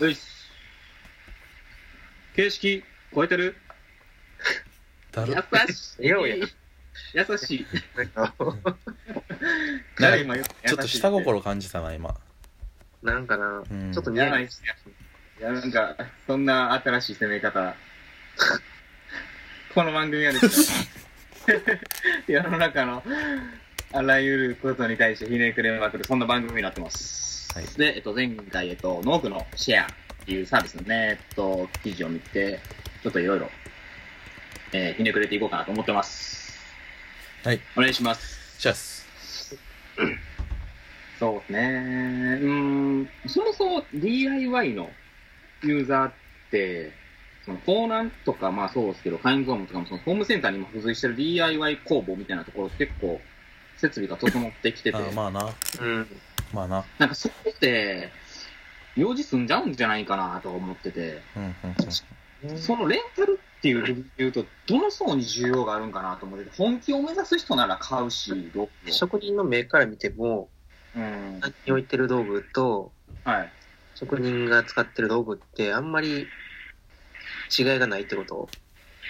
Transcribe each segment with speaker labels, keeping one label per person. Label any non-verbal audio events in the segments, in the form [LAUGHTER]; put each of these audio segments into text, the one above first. Speaker 1: ういっす形式超えてる
Speaker 2: だ
Speaker 1: 優
Speaker 2: る [LAUGHS]
Speaker 1: しい
Speaker 3: いやいや
Speaker 1: 優しい
Speaker 3: なんか、
Speaker 1: 誰今言った
Speaker 2: ちょっと下心感じたな今、
Speaker 3: なんかな、
Speaker 2: うん、
Speaker 3: ちょっと
Speaker 1: い
Speaker 3: 似合
Speaker 1: や
Speaker 3: わ
Speaker 1: な
Speaker 3: ないい
Speaker 1: っすねいやなんかそんな新しい攻め方 [LAUGHS] この番組はですね [LAUGHS] 世の中のあらゆることに対してひねくれまくるそんな番組になってます、
Speaker 2: はい
Speaker 1: で、えっと、前回、えっと、ノークのシェアっていうサービスのね、えっと、記事を見てちょっといろいろえーひねくれていこうかなと思ってます
Speaker 2: はい
Speaker 1: お願いします
Speaker 2: シャス
Speaker 1: そうですね。うーん、そもそも DIY のユーザーって、その盗難とか、まあそうですけど、カインゾームとかも、そのホームセンターにも付随してる DIY 工房みたいなところ結構、設備が整ってきてて、
Speaker 2: あまあな
Speaker 3: うん。
Speaker 2: まあな
Speaker 1: なんかそこって、用事済んじゃうんじゃないかなと思ってて、
Speaker 2: うんうんうん
Speaker 1: そのレンタルっていう理由と、どの層に需要があるんかなと思ってて、本気を目指す人なら買うし、どう
Speaker 3: 職人の目から見ても、
Speaker 1: うん。
Speaker 3: 何に置いてる道具と、
Speaker 1: はい。
Speaker 3: 職人が使ってる道具って、あんまり違いがないってこと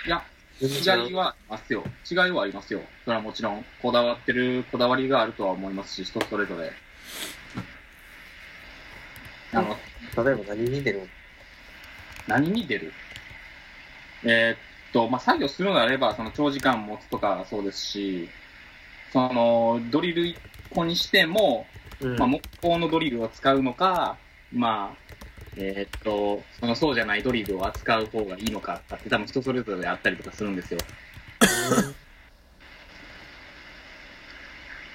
Speaker 1: いや、
Speaker 3: 全然
Speaker 1: 違
Speaker 3: 違
Speaker 1: いうはありますよ。違いはありますよ。それはもちろん、こだわってるこだわりがあるとは思いますし、人それぞれ。あの、
Speaker 3: 例えば何に出る
Speaker 1: 何に出るえーっと、まあ、作業するのであれば、その長時間持つとかそうですし、その、ドリル1個にしても、
Speaker 3: うん
Speaker 1: まあ、木工のドリルを使うのか、まあ、えーっと、そのそうじゃないドリルを扱う方がいいのかって多分人それぞれあったりとかするんですよ。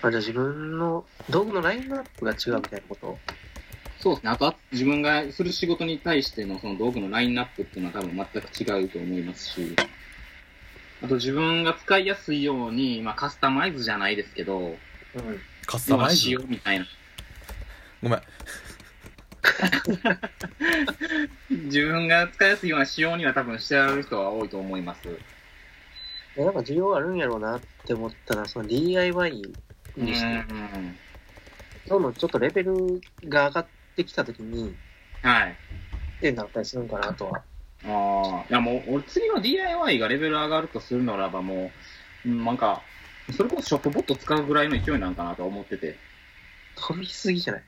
Speaker 3: あ、じゃあ自分の道具のラインナップが違うみたいなこと
Speaker 1: そうですね。あと、あ自分がする仕事に対してのその道具のラインナップっていうのは多分全く違うと思いますし、あと自分が使いやすいように、まあカスタマイズじゃないですけど、
Speaker 3: うん。
Speaker 2: カスタマイズ
Speaker 1: 仕様みたいな。
Speaker 2: ごめん
Speaker 1: 自分が使いやすいような仕様には多分してある人は多いと思います。
Speaker 3: えなんか需要あるんやろうなって思ったら、その DIY
Speaker 1: うん
Speaker 3: にして、どんどんちょっとレベルが上がってきたときに、
Speaker 1: はい。
Speaker 3: ってなったりするんかなとは。
Speaker 1: ああ、いやもう、俺次の DIY がレベル上がるとするならばもう、うんなんか、それこそショップボット使うぐらいの勢いなんかなと思ってて。
Speaker 3: 飛びすぎじゃない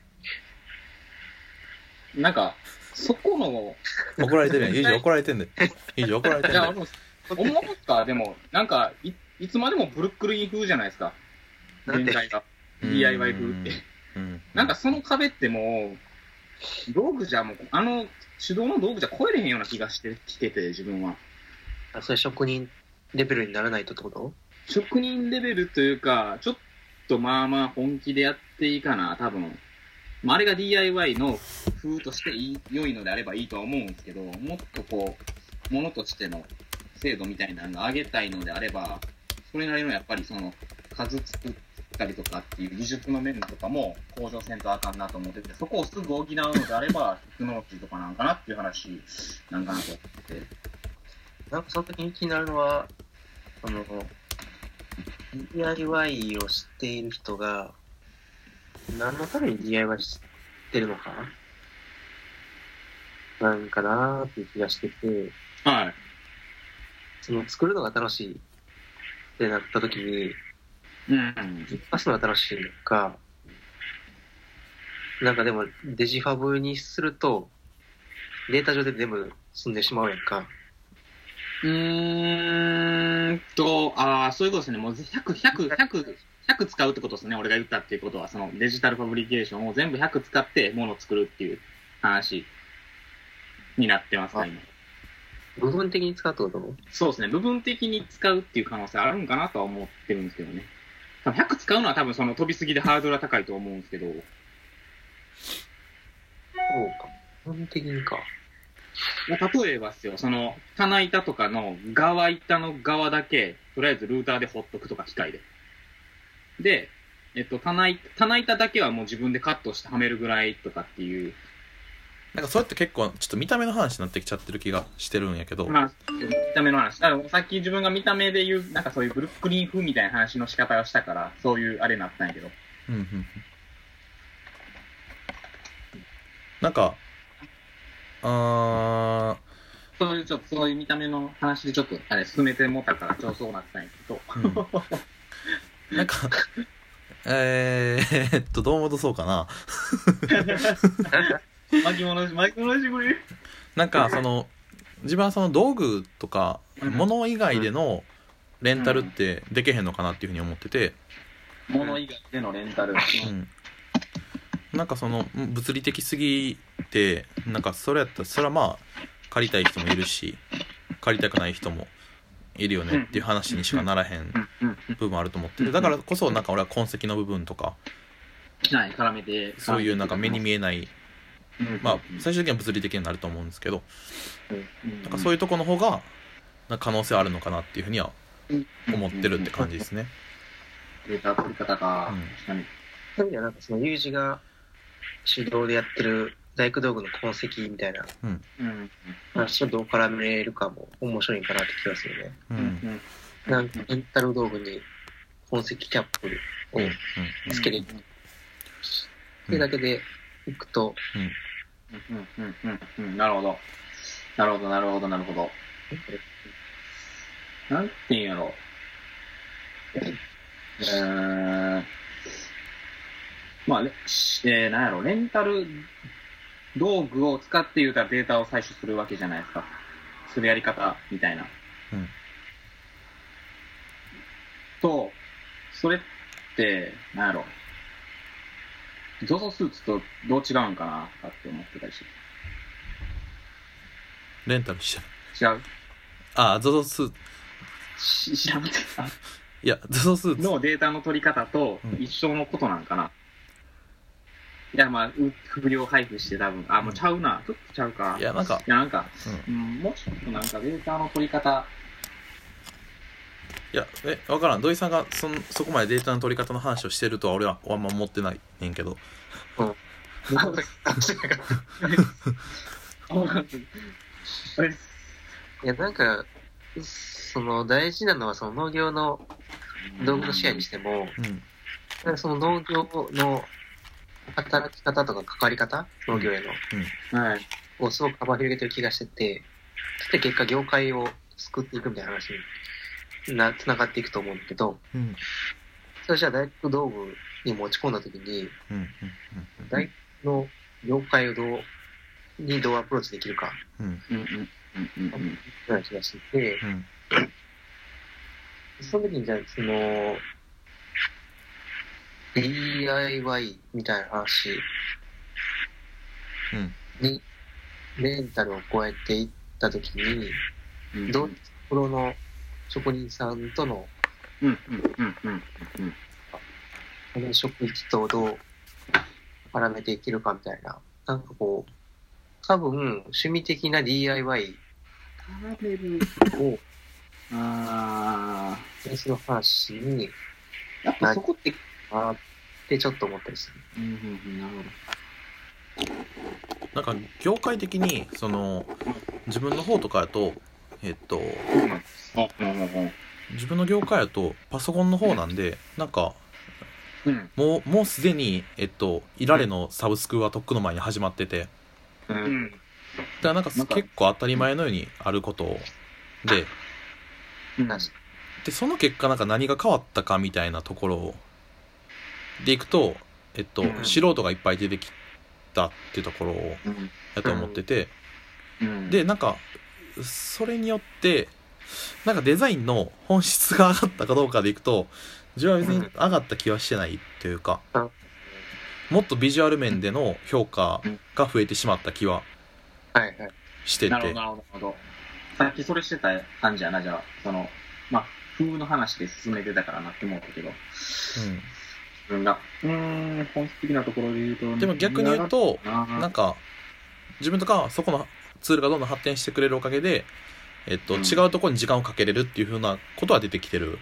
Speaker 1: なんか、そこの、
Speaker 2: 怒られてるやんいいじゃん怒られてんでいいじゃん怒られてん
Speaker 1: い
Speaker 2: で
Speaker 1: や、でも、思った、でも、なんか、い、いつまでもブルックリン風じゃないですか。
Speaker 3: なん
Speaker 1: 現
Speaker 3: で
Speaker 1: 代が。
Speaker 2: うん
Speaker 1: DIY 風って。
Speaker 2: うん
Speaker 1: なんかその壁ってもう、道具じゃもう、あの、手動の道具じゃ超えれへんような気がしてきてて、自分は。
Speaker 3: あそれ職人レベルにならないとってこと
Speaker 1: 職人レベルというか、ちょっとまあまあ本気でやっていいかな、多分。まあ、あれが DIY の風としていい良いのであればいいとは思うんですけど、もっとこう、ものとしての精度みたいなのが上げたいのであれば、それなりのやっぱりその、数作ったりとかっていう技術の面とかも向上せんとあかんなと思ってて、そこをすぐ補うのであれば、テクノロジーとかなんかなっていう話なんかなと。
Speaker 3: なんかその時に気になるのは、あの、DIY をしている人が、何のために DIY してるのかなんかなーっていう気がしてて、
Speaker 1: はい。
Speaker 3: その作るのが楽しいってなった時に、
Speaker 1: うん。
Speaker 3: 動かすのが楽しいのか、なんかでもデジファブにすると、データ上で全部済んでしまうやんか。
Speaker 1: うーんと、ああ、そういうことですね。もう100、100、100、100使うってことですね。俺が言ったっていうことは、そのデジタルファブリケーションを全部100使ってものを作るっていう話になってますね、今。
Speaker 3: 部分的に使うってこと
Speaker 1: そうですね。部分的に使うっていう可能性あるんかなとは思ってるんですけどね。多分100使うのは多分その飛びすぎでハードルは高いと思うんですけど。
Speaker 3: そうか。基本的 [LAUGHS] にか。
Speaker 1: まあ例えばですよ、その、棚板とかの側板の側だけ、とりあえずルーターでほっとくとか、機械で。で、えっと、棚板、棚板だけはもう自分でカットしてはめるぐらいとかっていう。
Speaker 2: なんかそれって結構ちょっと見た目の話になってきちゃってる気がしてるんやけど、
Speaker 1: まあ、見た目の話。だからさっき自分が見た目で言う、なんかそういうブルックリン風みたいな話の仕方をしたから、そういうあれになったんやけど。
Speaker 2: うんうんうんなんかあ
Speaker 1: そういうちょっと、そういう見た目の話でちょっと、あれ、進めてもったから、ちょっとそうなったんやけど。 [LAUGHS]
Speaker 2: ー、なんか、えー、えっと、どう戻そうかな。
Speaker 1: 巻き戻し、巻き戻してくれ。
Speaker 2: なんか、その、自分はその道具とか、
Speaker 1: うん
Speaker 2: 物以外でのレンタルってでけへんのかなっていうふうに思ってて、
Speaker 1: 物以外でのレンタル。
Speaker 2: うん。なんかその、物理的すぎて、なんかそれやったら、それはまあ、借りたい人もいるし、借りたくない人もいるよねっていう話にしかならへん
Speaker 1: うん、うん、
Speaker 2: 部分あると思ってるだからこそなんか俺は痕跡の部分とか
Speaker 1: はい、絡めて。
Speaker 2: そういうなんか目に見えない
Speaker 1: うん、
Speaker 2: まあ最終的には物理的になると思うんですけど
Speaker 1: うん、な。
Speaker 2: なんかそういうとこの方がなんか可能性あるのかなっていうふうには思ってるって感じですすね
Speaker 1: データ取り方が、
Speaker 2: うん
Speaker 1: 確かに。
Speaker 3: そういう意味ではなんかその友人が主導でやってる大工道具の痕跡みたいな
Speaker 1: うん。
Speaker 3: 話をどう絡めるかも面白いんかなって気がするね。
Speaker 2: うんうん
Speaker 1: ん。
Speaker 3: なんかレンタル道具に痕跡キャップを
Speaker 2: うん
Speaker 3: つけるってだけでいくと、
Speaker 1: うんうんうんうんうん、なるほど。なるほど、なるほど、なるほど。なんて言うんやろ。えー、まあ、れしえー、なんやろ、レンタル道具を使って言うたらデータを採取するわけじゃないですか。するやり方みたいな。
Speaker 2: うん
Speaker 1: と、それって、なんやろ。ゾゾスーツとどう違うんかなとかって思ってたりして。
Speaker 2: レンタルしてる
Speaker 1: 違う
Speaker 2: あゾゾスーツ
Speaker 1: し知らなかった。
Speaker 2: いやゾゾスーツ
Speaker 1: のデータの取り方と
Speaker 2: うん
Speaker 1: 一緒のことなんかな、いやまあう不良配布して多分あもうちゃうなちょっとちゃうか
Speaker 2: いやなんか
Speaker 1: いやなんか、
Speaker 2: う
Speaker 1: うん、もうちょっとなんかデータの取り方
Speaker 2: いやえ分からん土井さんがそんそこまでデータの取り方の話をしてるとは俺はあんま思ってないねんけど
Speaker 3: [LAUGHS]
Speaker 1: あれ
Speaker 3: いやなんか、その大事なのはその農業の道具の試合にしても、
Speaker 2: うん
Speaker 3: なんかその農業の働き方とか関わり方、農業への、
Speaker 1: はい
Speaker 3: をすごく幅広げてる気がしてて、そして結果業界を救っていくみたいな話にな、つながっていくと思うんだけど、
Speaker 2: うん
Speaker 3: それじゃあ大工道具に持ち込んだ時に、
Speaker 2: うんうん
Speaker 3: 大工の業界をどう、にどうアプローチできるか、
Speaker 2: うんうん
Speaker 1: うんうんうんうん
Speaker 3: ような気がしてて、
Speaker 2: うん
Speaker 3: その時にじゃあ、その、DIY みたいな話
Speaker 2: うん
Speaker 3: に、レンタルを超えていった時に、
Speaker 1: うん
Speaker 3: どういうところの職人さんとの
Speaker 1: うんうんうんうん
Speaker 3: この職域とどう絡めていけるかみたいな。なんかこう、多分趣味的な DIY
Speaker 1: 絡める
Speaker 3: を
Speaker 1: あ
Speaker 3: ベースの話に
Speaker 1: ーやっぱそこって
Speaker 3: あってちょっと思ったりする。
Speaker 1: うんうんうんなるほど
Speaker 2: なんか業界的にその自分の方とかやとえっと
Speaker 1: うんうんうん
Speaker 2: 自分の業界やとパソコンの方なんでなんか
Speaker 1: うん
Speaker 2: もうもうすでにえっといられのサブスクはとっくの前に始まっててだか
Speaker 1: うん
Speaker 3: ん。
Speaker 2: らなんか
Speaker 1: なんか
Speaker 2: 結構当たり前のようにあることで
Speaker 1: うん
Speaker 3: 確
Speaker 2: でその結果なんか何が変わったかみたいなところでいくとえっと
Speaker 1: うん
Speaker 2: 素人がいっぱい出てきたっていうところやと思ってて
Speaker 1: うん
Speaker 2: でなんかそれによってなんかデザインの本質が上がったかどうかでいくと自分は別に上がった気はしてないというか
Speaker 3: うん
Speaker 2: もっとビジュアル面での評価が増えてしまった気は
Speaker 3: はいはい。
Speaker 2: して
Speaker 1: なるほ
Speaker 2: て
Speaker 1: ど、なるほど、なるほど。さっきそれしてた感じやな、じゃあ。その、まあ、風の話で進めてたからなって思ったけど、自分が。うーん、本質的なところで言うと。
Speaker 2: うんでも逆に言う、と
Speaker 1: な
Speaker 2: なん
Speaker 1: か、
Speaker 2: んか自分とかはそこのツールがどんどん発展してくれるおかげで、えっと、
Speaker 1: うん
Speaker 2: 違うところに時間をかけれるっていうふうなことは出てきてる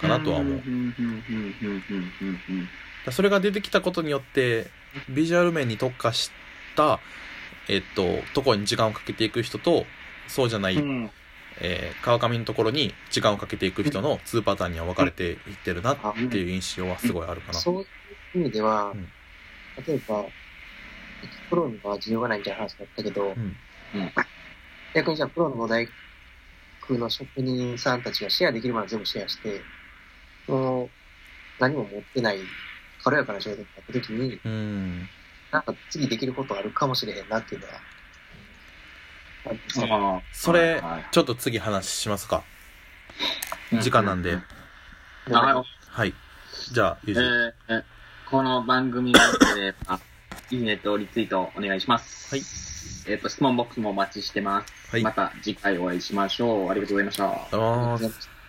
Speaker 2: かなとは思う。
Speaker 1: うんうんうんうんうんうんうん
Speaker 2: だからそれが出てきたことによってビジュアル面に特化した、えっと、ところに時間をかけていく人とそうじゃない、
Speaker 1: うんうん
Speaker 2: えー川上のところに時間をかけていく人の2パターンには分かれていってるなっていう印象はすごいあるかな。
Speaker 3: そういう意味では、
Speaker 2: うん
Speaker 3: 例えば、プロには需要がないみたいな話だったけど、
Speaker 2: うん
Speaker 1: うん
Speaker 3: 逆にじゃあプロの大工の職人さんたちがシェアできるものは全部シェアして、その何も持ってない軽やかな状態になった時に、
Speaker 2: うん
Speaker 3: なんか次できることあるかもしれへんなっていうのは、あ
Speaker 1: あ
Speaker 3: の
Speaker 1: ー
Speaker 2: それ
Speaker 1: はいはい
Speaker 2: ちょっと次話しますか
Speaker 1: うん
Speaker 2: 時間なんで、
Speaker 1: うあはい
Speaker 2: はいじゃあゆう
Speaker 1: え
Speaker 2: じ、
Speaker 1: ーえーこの番組が良ければ、 [COUGHS] いいねとリツイートお願いします。
Speaker 2: はい。
Speaker 1: えっ、と、質問ボックスもお待ちしてます。
Speaker 2: はい
Speaker 1: また次回お会いしましょう。ありがとうございました。
Speaker 2: どうも
Speaker 3: ありがとうございます